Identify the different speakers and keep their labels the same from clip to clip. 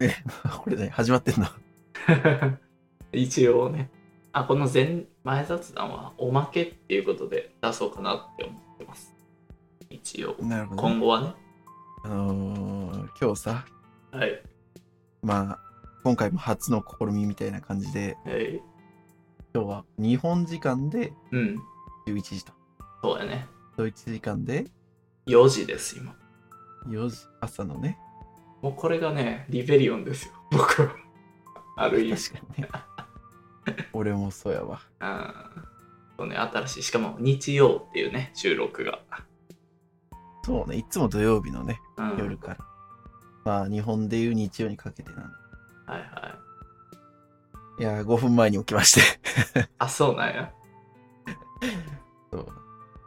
Speaker 1: え、 これね、始まってんだ。
Speaker 2: 一応ね。あ、この前前雑談はおまけっていうことで出そうかなって思ってます。一応、
Speaker 1: なるほど、
Speaker 2: 今後はね。
Speaker 1: あのー今日さ、
Speaker 2: はい。
Speaker 1: まあ、今回も初の試みみたいな感じで、
Speaker 2: はい。
Speaker 1: 今日は日本時間で
Speaker 2: うん。
Speaker 1: 11時と、
Speaker 2: そうやね。
Speaker 1: ドイツ時間で
Speaker 2: 4時です、今。
Speaker 1: 4時、朝のね、
Speaker 2: もうこれがね、リベリオンですよ。 僕は。ある意味。
Speaker 1: 確かにね。 俺もそうやわ。
Speaker 2: あーそうね、新しい。しかも日曜っていうね、収録が。
Speaker 1: そうね、いつも土曜日のね、
Speaker 2: うん、
Speaker 1: 夜から。まあ、日本でいう日曜にかけてなん
Speaker 2: はいは
Speaker 1: い
Speaker 2: い。
Speaker 1: やー、5分前に起きまして。
Speaker 2: あ、そうなんや。
Speaker 1: そう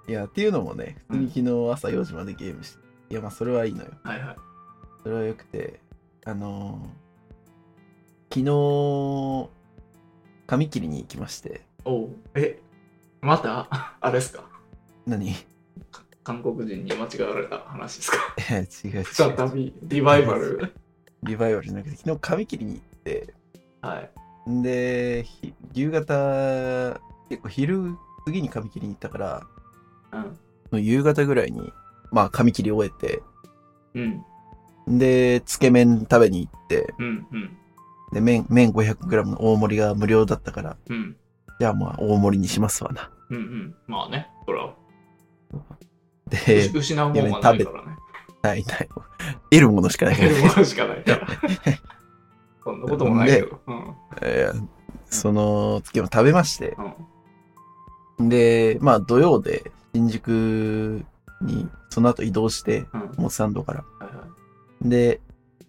Speaker 1: いや、っていうのもね、普通に昨日朝4時までゲームして、いや、まあ、それはいいのよ。
Speaker 2: はいはい。
Speaker 1: それはよくて、あのー昨日、髪切りに行きまして、
Speaker 2: おうえ、また あれですか
Speaker 1: 何 い
Speaker 2: 韓国人に間違われた話ですか
Speaker 1: や違う違う。
Speaker 2: 再びリバイバ ル。
Speaker 1: リバイバルじゃなくて、昨日髪切りに行って、
Speaker 2: はい。
Speaker 1: んで、ひ夕方、結構昼過ぎに髪切りに行ったから、
Speaker 2: うん。
Speaker 1: その夕方ぐらいに、まあ、髪切り終えて、
Speaker 2: うん。
Speaker 1: で、つけ麺食べに行って、
Speaker 2: うん。うん。
Speaker 1: で、麺、麺 500g の大盛りが無料だったから、
Speaker 2: うん。
Speaker 1: じゃあまあ大盛りにしますわな。
Speaker 2: うん。うん。まあね、そら、
Speaker 1: で、
Speaker 2: 失うもんがないからね。
Speaker 1: ないない。得るものしか ないから
Speaker 2: 減る
Speaker 1: ね
Speaker 2: ものしかないから。そんなこともないけど。うん。
Speaker 1: えーその月も食べまして。
Speaker 2: うん。
Speaker 1: で、まあ土曜で新宿にその後移動して、
Speaker 2: うん。
Speaker 1: モツサンドから。
Speaker 2: はいはい。
Speaker 1: で、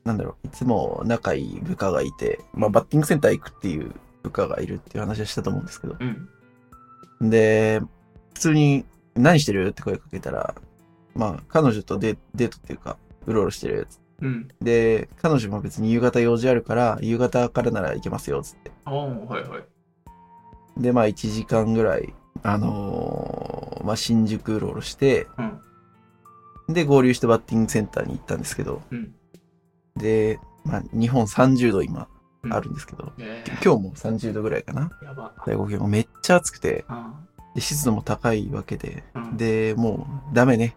Speaker 1: なんだろう、いつも仲いい部下がいて、まあバッティングセンター行くっていう部下がいるっていう話はしたと思うんですけど。
Speaker 2: うん。
Speaker 1: で、普通に何してるって声かけたら、まあ彼女とデデートっていうか、うろうろしてる
Speaker 2: うん。
Speaker 1: で、彼女も別に夕方用事あるから、夕方からなら行けますよ、つって。
Speaker 2: おうはいはい。
Speaker 1: で、まあ1時間ぐらい、あのーまあ新宿うろうろして、
Speaker 2: うん。
Speaker 1: で、合流してバッティングセンターに行ったんですけど、
Speaker 2: うん。
Speaker 1: で、まあ日本30度今
Speaker 2: うん
Speaker 1: あるんですけど、
Speaker 2: え
Speaker 1: 今日も30度ぐらいかな。
Speaker 2: ー、やば。
Speaker 1: 最高気温めっちゃ暑くて、
Speaker 2: あ
Speaker 1: で湿度も高いわけで、
Speaker 2: ーうん、
Speaker 1: で、もうダメね。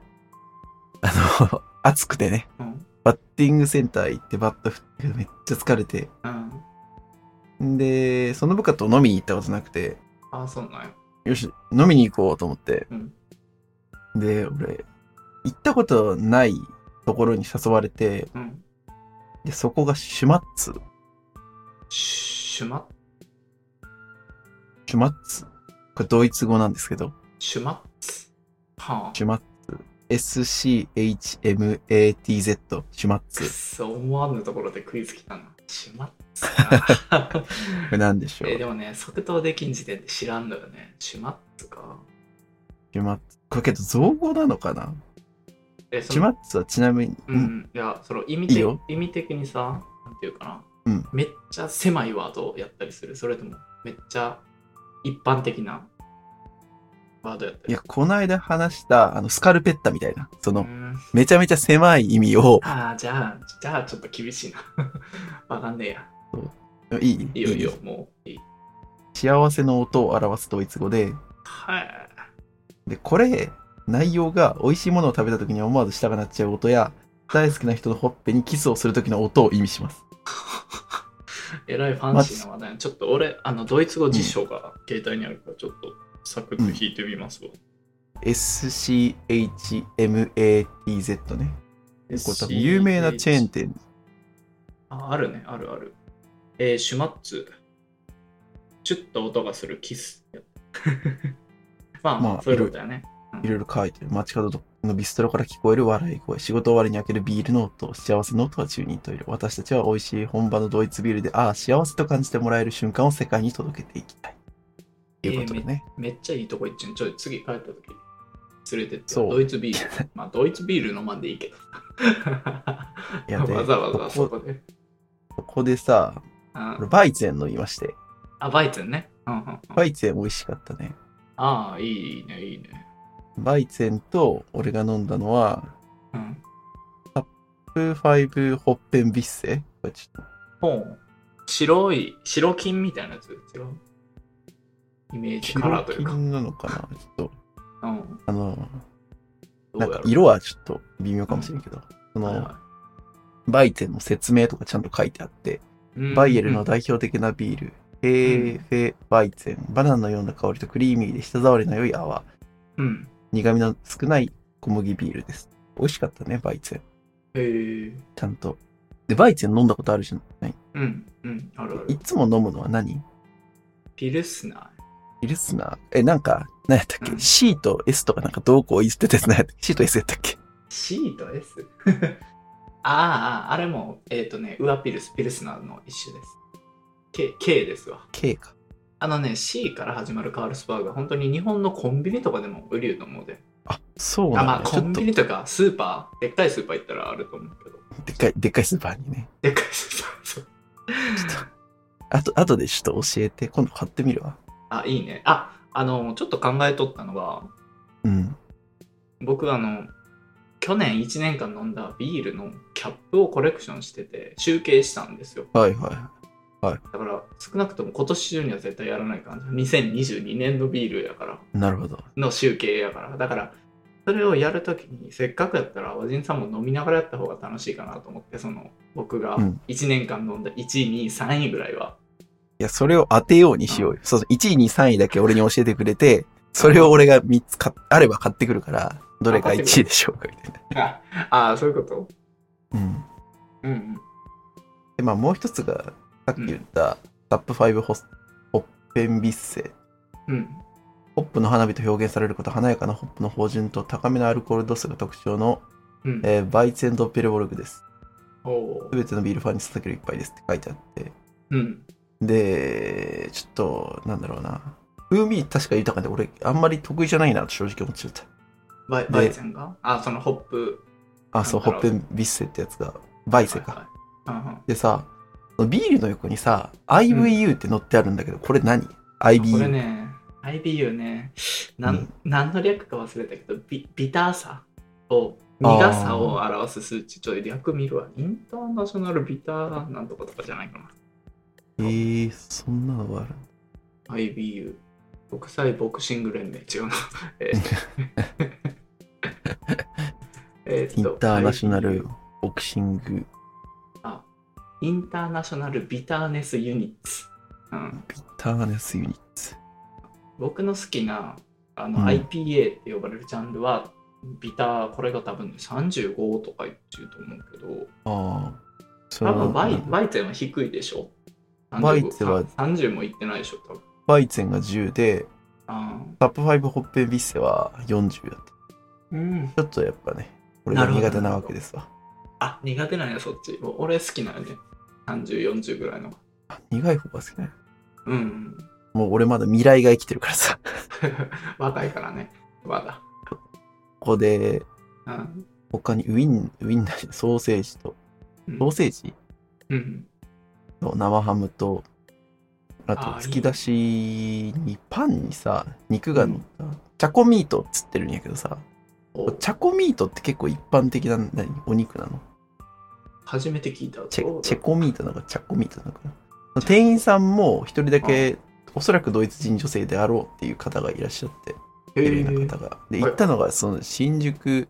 Speaker 1: あの、暑くてね、
Speaker 2: うん。
Speaker 1: バッティングセンター行ってバット振ってめっちゃ疲れて、
Speaker 2: うん。
Speaker 1: で、その部下と飲みに行ったことなくて、
Speaker 2: ああ、そうなんや。
Speaker 1: よし、飲みに行こうと思って。
Speaker 2: うん
Speaker 1: で、俺、行ったことないところに誘われて、
Speaker 2: うん。
Speaker 1: で、そこがシュマッツ。
Speaker 2: シュマッ、
Speaker 1: シュマッツ。これドイツ語なんですけど、
Speaker 2: シュマッツ。はあ。
Speaker 1: シュマッツ。SCHMATZ。シュマッ
Speaker 2: くっ
Speaker 1: ツ。
Speaker 2: そ、思わぬところで食いつきたな。シュマッツ か。
Speaker 1: これなんでしょう。
Speaker 2: えーで
Speaker 1: シ
Speaker 2: もね、即答できん時点で知らんのよね。シュマッツか。
Speaker 1: ュマッツ。これけど造語なのかな
Speaker 2: えーその
Speaker 1: シュマッツはちなみに、
Speaker 2: うんうん、いや、その意味
Speaker 1: いい
Speaker 2: 的
Speaker 1: よ
Speaker 2: 意味的にさ、なんていうかな、
Speaker 1: うん
Speaker 2: めっちゃ狭いワードをやったりする、それともめっちゃ一般的なワードやった
Speaker 1: い
Speaker 2: り
Speaker 1: や、こないだ話した、あの、スカルペッタみたいな、そうの、
Speaker 2: ん
Speaker 1: めちゃめちゃ狭い意味を、
Speaker 2: ああ、じゃあ、じゃあちょっと厳しいな。 わかんねえや。
Speaker 1: いい
Speaker 2: いいよいいよ、もういい。
Speaker 1: 幸せの音を表すドイツ語で、
Speaker 2: はい。
Speaker 1: で、これ、内容が美味しいものを食べた時に思わず舌が鳴っちゃう音や、大好きな人のほっぺにキスをする時の音を意味します。
Speaker 2: えらいファンシーな話題。ちょっと俺、あの、ドイツ語辞書が携帯にあるから、ちょっとサクッと引いてみますわ。
Speaker 1: SCHMATZ ね。結構多分有名なチェーン店。
Speaker 2: あ、あるね、あるある。えー、シュマッツ。チュッと音がする キス。まあま
Speaker 1: まあ
Speaker 2: あ、そういうことだよね。
Speaker 1: いろいろ書いてる。街角のビストロから聞こえる笑い声。仕事終わりに開けるビールの音。幸せの音は中にトイレ。私たちは美味しい本場のドイツビールで、ああ、幸せと感じてもらえる瞬間を世界に届けていきたい。ということでね。
Speaker 2: めっちゃいいとこ行っちゃう。ちょい次帰った時連れてって、
Speaker 1: そう
Speaker 2: ドイツビール。 まあ、ドイツビール飲まんでいいけど。
Speaker 1: い やで
Speaker 2: わざわざそこで。
Speaker 1: ここでさ、
Speaker 2: あ
Speaker 1: 俺バイツェン飲みまして。
Speaker 2: あ、バイツンね。うんうんうん、
Speaker 1: バイツェン美味しかったね。
Speaker 2: ああ、いいね、いいね。
Speaker 1: バイツェンと俺が飲んだのは、
Speaker 2: うん、
Speaker 1: フーファイブホッペンビッセこれちょっ
Speaker 2: 本白い白金みたいなやつ違うイメージカラーというか、
Speaker 1: 金なのかなちょっと、
Speaker 2: うん、
Speaker 1: あの、
Speaker 2: どう
Speaker 1: な
Speaker 2: や
Speaker 1: んか
Speaker 2: ろう
Speaker 1: 色はちょっと微妙かもしれんけど、そ
Speaker 2: はい
Speaker 1: の、
Speaker 2: は
Speaker 1: 売店の説明とかちゃんと書いてあって、
Speaker 2: いうん
Speaker 1: バイエルの代表的なビール、ヘーフェバイゼン、バナナのような香りとクリーミーで舌触りの良い泡、
Speaker 2: うん
Speaker 1: 苦味の少ない小麦ビールです。美味しかったね、バイゼン。
Speaker 2: へえ
Speaker 1: ちゃんと。で、バイゼン飲んだことあるじゃない
Speaker 2: うんうんあるあ
Speaker 1: い
Speaker 2: る
Speaker 1: つも飲むのは何
Speaker 2: ピルスナ
Speaker 1: イルスナー。え、なんか、何やったっ
Speaker 2: う
Speaker 1: け
Speaker 2: ん
Speaker 1: ?C と S とかなんかどうこう言ってたやつ何やったっけ ?C と S やったっけ
Speaker 2: ー C と S あああれもえっ、とねウアピルスピルスナーの一種です K, K ですわ
Speaker 1: ?K か。
Speaker 2: あのね C から始まるカールスバーグは本当に日本のコンビニとかでも売りると思うで
Speaker 1: あ、そうな
Speaker 2: あ
Speaker 1: んだ、
Speaker 2: まあコンビニとかスーパーでっかいスーパー行ったらあると思うけど
Speaker 1: ちょっと、でっかい、でっかいスーパーにね。
Speaker 2: でっかいスーパーそう
Speaker 1: ちょっと、あと、あとでちょっと教えて、今度買ってみるわ。
Speaker 2: あいいねああのちょっと考えとったのが
Speaker 1: うん。
Speaker 2: 僕あの去年1年間飲んだビールのキャップをコレクションしてて集計したんですよ
Speaker 1: はいは
Speaker 2: だから少なくとも今年中には絶対やらない感じ2022年のビールやから
Speaker 1: い。なるほど。
Speaker 2: の集計やからだからそれをやるときにせっかくやったら和人さんも飲みながらやった方が楽しいかなと思ってその僕が
Speaker 1: うん
Speaker 2: 1年間飲んだ1位2位3位ぐらいは、
Speaker 1: いや、それを当てようにしようよ。そうそう、1位、2位、3位だけ俺に教えてくれて、それを俺が3つ買っあれば買ってくるから、どれが1位でしょうか、みたいな。
Speaker 2: ああーそういうこと
Speaker 1: うん。
Speaker 2: うんうん
Speaker 1: で、まあもう一つが、さっき言った、タップ5ホスホッペンビッセ。
Speaker 2: うん
Speaker 1: ホップの花火と表現されること、華やかなホップの芳醇と高めのアルコール度数が特徴の、
Speaker 2: うん
Speaker 1: えーバイツェンドペルボルグです。
Speaker 2: お
Speaker 1: す
Speaker 2: ー
Speaker 1: べてのビールファンに捧げる一杯ですって書いてあって。
Speaker 2: うん
Speaker 1: で、ちょっと、なんだろうな。風味確か豊かで、俺、あんまり得意じゃないなと正直思っちゃった。
Speaker 2: バイバイゼンがあそのホップ
Speaker 1: あ、そう、
Speaker 2: な
Speaker 1: ホ
Speaker 2: んだろ
Speaker 1: ッ
Speaker 2: う
Speaker 1: ペンビッセってやつが、バイセか。
Speaker 2: はいはいうんうん
Speaker 1: でさ、ビールの横にさ、IVU って載ってあるんだけど、これ何 ?IBU。
Speaker 2: これね、IBU ね、なん、
Speaker 1: うん
Speaker 2: 何の略か忘れたけど、ビビターさを、苦さを表す数値、ちょい略見るわ。インターナショナルビターなんとかとかじゃないか
Speaker 1: えー、そんなのがあるんだ。
Speaker 2: な。IBU、国際ボクシング連盟、違うな。え ー
Speaker 1: インターナショナ。
Speaker 2: えっ
Speaker 1: ル
Speaker 2: と IBU
Speaker 1: ボクシング
Speaker 2: あ、インターナショナルビターネスユニッツ。うん。
Speaker 1: ビターネスユニッツ。
Speaker 2: 僕の好きなあの
Speaker 1: うん
Speaker 2: IPA って呼ばれるジャンルは、ビターこれが多分ね35とか言ってると思う
Speaker 1: ああ。そ
Speaker 2: けど多分バイ
Speaker 1: バ
Speaker 2: バイゼンは低いでしょ35
Speaker 1: バイゼンは
Speaker 2: 30もいってないでしょ多分
Speaker 1: イツェンが10で、
Speaker 2: あ
Speaker 1: タップ5ホッペンビッセは40だった。
Speaker 2: ーうん
Speaker 1: ちょっとやっぱね、俺が苦手なわけですわ。
Speaker 2: あ苦手なんやそっちお俺好きなんやね3040ぐらいの
Speaker 1: あ苦い方が好きね。
Speaker 2: うん
Speaker 1: もう俺まだ未来が生きてるからさ。
Speaker 2: 若いからねまだ
Speaker 1: ここで、
Speaker 2: うん
Speaker 1: 他にウィン、ウィンナーじゃないソーセージと、
Speaker 2: うん
Speaker 1: ソーセージ
Speaker 2: うん
Speaker 1: と生ハムと、あと
Speaker 2: あー
Speaker 1: 突き出しにパンにさ、肉が乗った、チャコミートっつってるんやけどさ、
Speaker 2: お
Speaker 1: チャコミートって結構一般的な何お肉なの
Speaker 2: 初めて聞いた
Speaker 1: チェ
Speaker 2: お
Speaker 1: チェコミートなのかチャコミートなのかな店員さんも一人だけ、おそらくドイツ人女性であろうっていう方がいらっしゃって、
Speaker 2: へ
Speaker 1: 綺
Speaker 2: ー
Speaker 1: 麗な方が。で、
Speaker 2: はい
Speaker 1: 行ったのが、その新宿、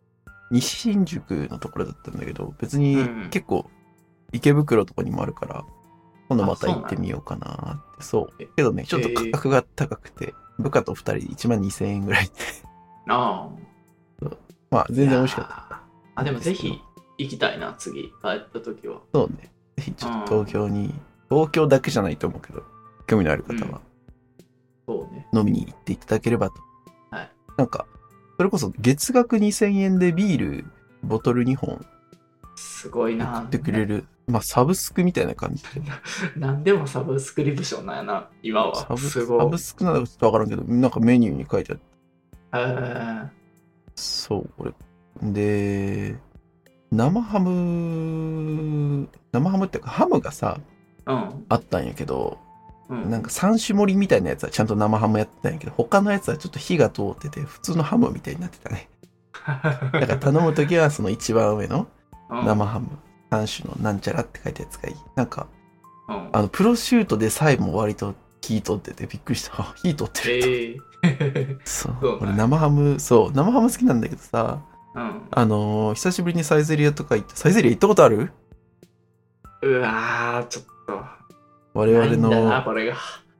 Speaker 1: 西新宿のところだったんだけど、別に
Speaker 2: うん
Speaker 1: 結構池袋とかにもあるから、今度また行
Speaker 2: あそうなの
Speaker 1: ってみようかなって。そう
Speaker 2: え。
Speaker 1: けどね、ちょっと価格が高くて、部下と二人で1万2000円ぐらい で。
Speaker 2: ああ
Speaker 1: まあ、全然美味しかった。
Speaker 2: ったあでもぜひ行きたいな次帰った時は
Speaker 1: そうね。ぜひちょっと東京に、東京だけじゃないと思うけど、興味のある方は
Speaker 2: そうね
Speaker 1: 飲みに行っていただければと。
Speaker 2: はい
Speaker 1: なんか、それこそ月額2000円でビール、ボトル2本
Speaker 2: すごい
Speaker 1: 送
Speaker 2: な
Speaker 1: って くれる、まあサブスクみたいな感じで。
Speaker 2: 何でもサブスクリプションなんやな今
Speaker 1: サブ
Speaker 2: は
Speaker 1: ス
Speaker 2: す
Speaker 1: サ
Speaker 2: ご
Speaker 1: ブ
Speaker 2: い
Speaker 1: スクなのかちょっとわからんけど、なんかメニューに書いてあって、
Speaker 2: へー
Speaker 1: そう、これ。で、生ハム、生ハムっていうかハムがさ、
Speaker 2: うん
Speaker 1: あったんやけど、
Speaker 2: うん
Speaker 1: なんか三種盛りみたいなやつはちゃんと生ハムやってたんやけど、他のやつはちょっと火が通ってて、普通のハムみたいになってたね。だから頼むときはその一番上の
Speaker 2: うん
Speaker 1: 生ハム、3種のなんちゃらって書いたやつがいい。なんか、
Speaker 2: うん。
Speaker 1: あの、プロシュートでさえも割と火取っててびっくりした。 あ火取ってると。
Speaker 2: ええ
Speaker 1: そう
Speaker 2: そうなんや
Speaker 1: 俺生ハム、そう、生ハム好きなんだけどさ、
Speaker 2: うん。
Speaker 1: あのー久しぶりにサイゼリアとか行って、サイゼリア行ったことある
Speaker 2: うわー、ちょっと。
Speaker 1: 我々
Speaker 2: ないんだな、
Speaker 1: の
Speaker 2: これが。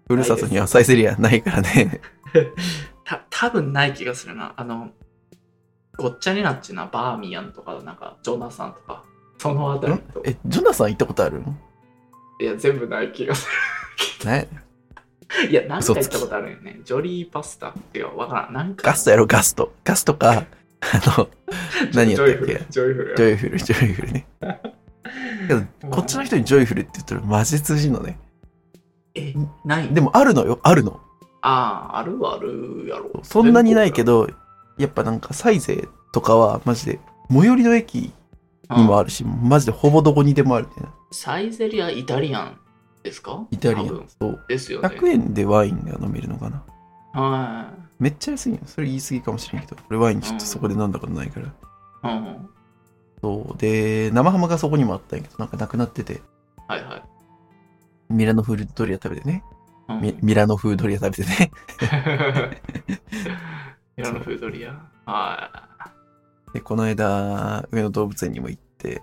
Speaker 1: ふるさとにはサイゼリアないからね。
Speaker 2: た多分ない気がするな。あの、ごっちゃになっちゅうな、バーミヤンとか、なんか、ジョナサンとか、そのあたりと。
Speaker 1: え、ジョナさん行ったことある
Speaker 2: いや、全部ない気がす
Speaker 1: ね
Speaker 2: る。いや、何
Speaker 1: 嘘
Speaker 2: 回
Speaker 1: つ
Speaker 2: 行
Speaker 1: き
Speaker 2: ったことあるよね。ジョリーパスタっていうかわからん。なんか。
Speaker 1: ガストやろ、ガスト。ガストか、あの、何やったっけ
Speaker 2: ジョイフル。
Speaker 1: ジ
Speaker 2: ジョイフル
Speaker 1: ョイフル、ジョイフルね。けど、こっちの人にジョイフルって言ったらマジ通じんのね。
Speaker 2: え、ない
Speaker 1: でもあるのよ、あるの。
Speaker 2: ああ、あるはあるやろ。
Speaker 1: そんなにないけど、やっぱなんかサイゼとかはマジで、最寄りの駅に
Speaker 2: うん、
Speaker 1: もあるし、マジでほぼどこにでもあるみたいな。
Speaker 2: サイゼリアイタリアンですか
Speaker 1: イタリア
Speaker 2: 多分
Speaker 1: ン。そう。
Speaker 2: ですよね。
Speaker 1: 100円でワインが飲めるのかな。
Speaker 2: は
Speaker 1: めっちゃ安いよ。それ言い過ぎかもしれんけど、俺ワインちょっとそこで飲んだことないから。
Speaker 2: い。うん。
Speaker 1: そう。で、生ハムがそこにもあったんやけど、なんかなくなってて、
Speaker 2: はいはい。
Speaker 1: ミラノフードリア食べてね。
Speaker 2: うん
Speaker 1: ミ ミラノフードリア食べてね。
Speaker 2: ミラノフードリア。は
Speaker 1: で、この間、上野動物園にも行って、
Speaker 2: い。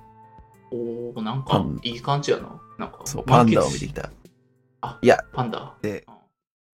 Speaker 2: おおなん
Speaker 1: パ
Speaker 2: か
Speaker 1: ン
Speaker 2: いい感じやな。なんか
Speaker 1: そう、パンダを見
Speaker 2: 満喫
Speaker 1: て
Speaker 2: し
Speaker 1: きた。
Speaker 2: あ
Speaker 1: いや
Speaker 2: パンダ。
Speaker 1: で
Speaker 2: うん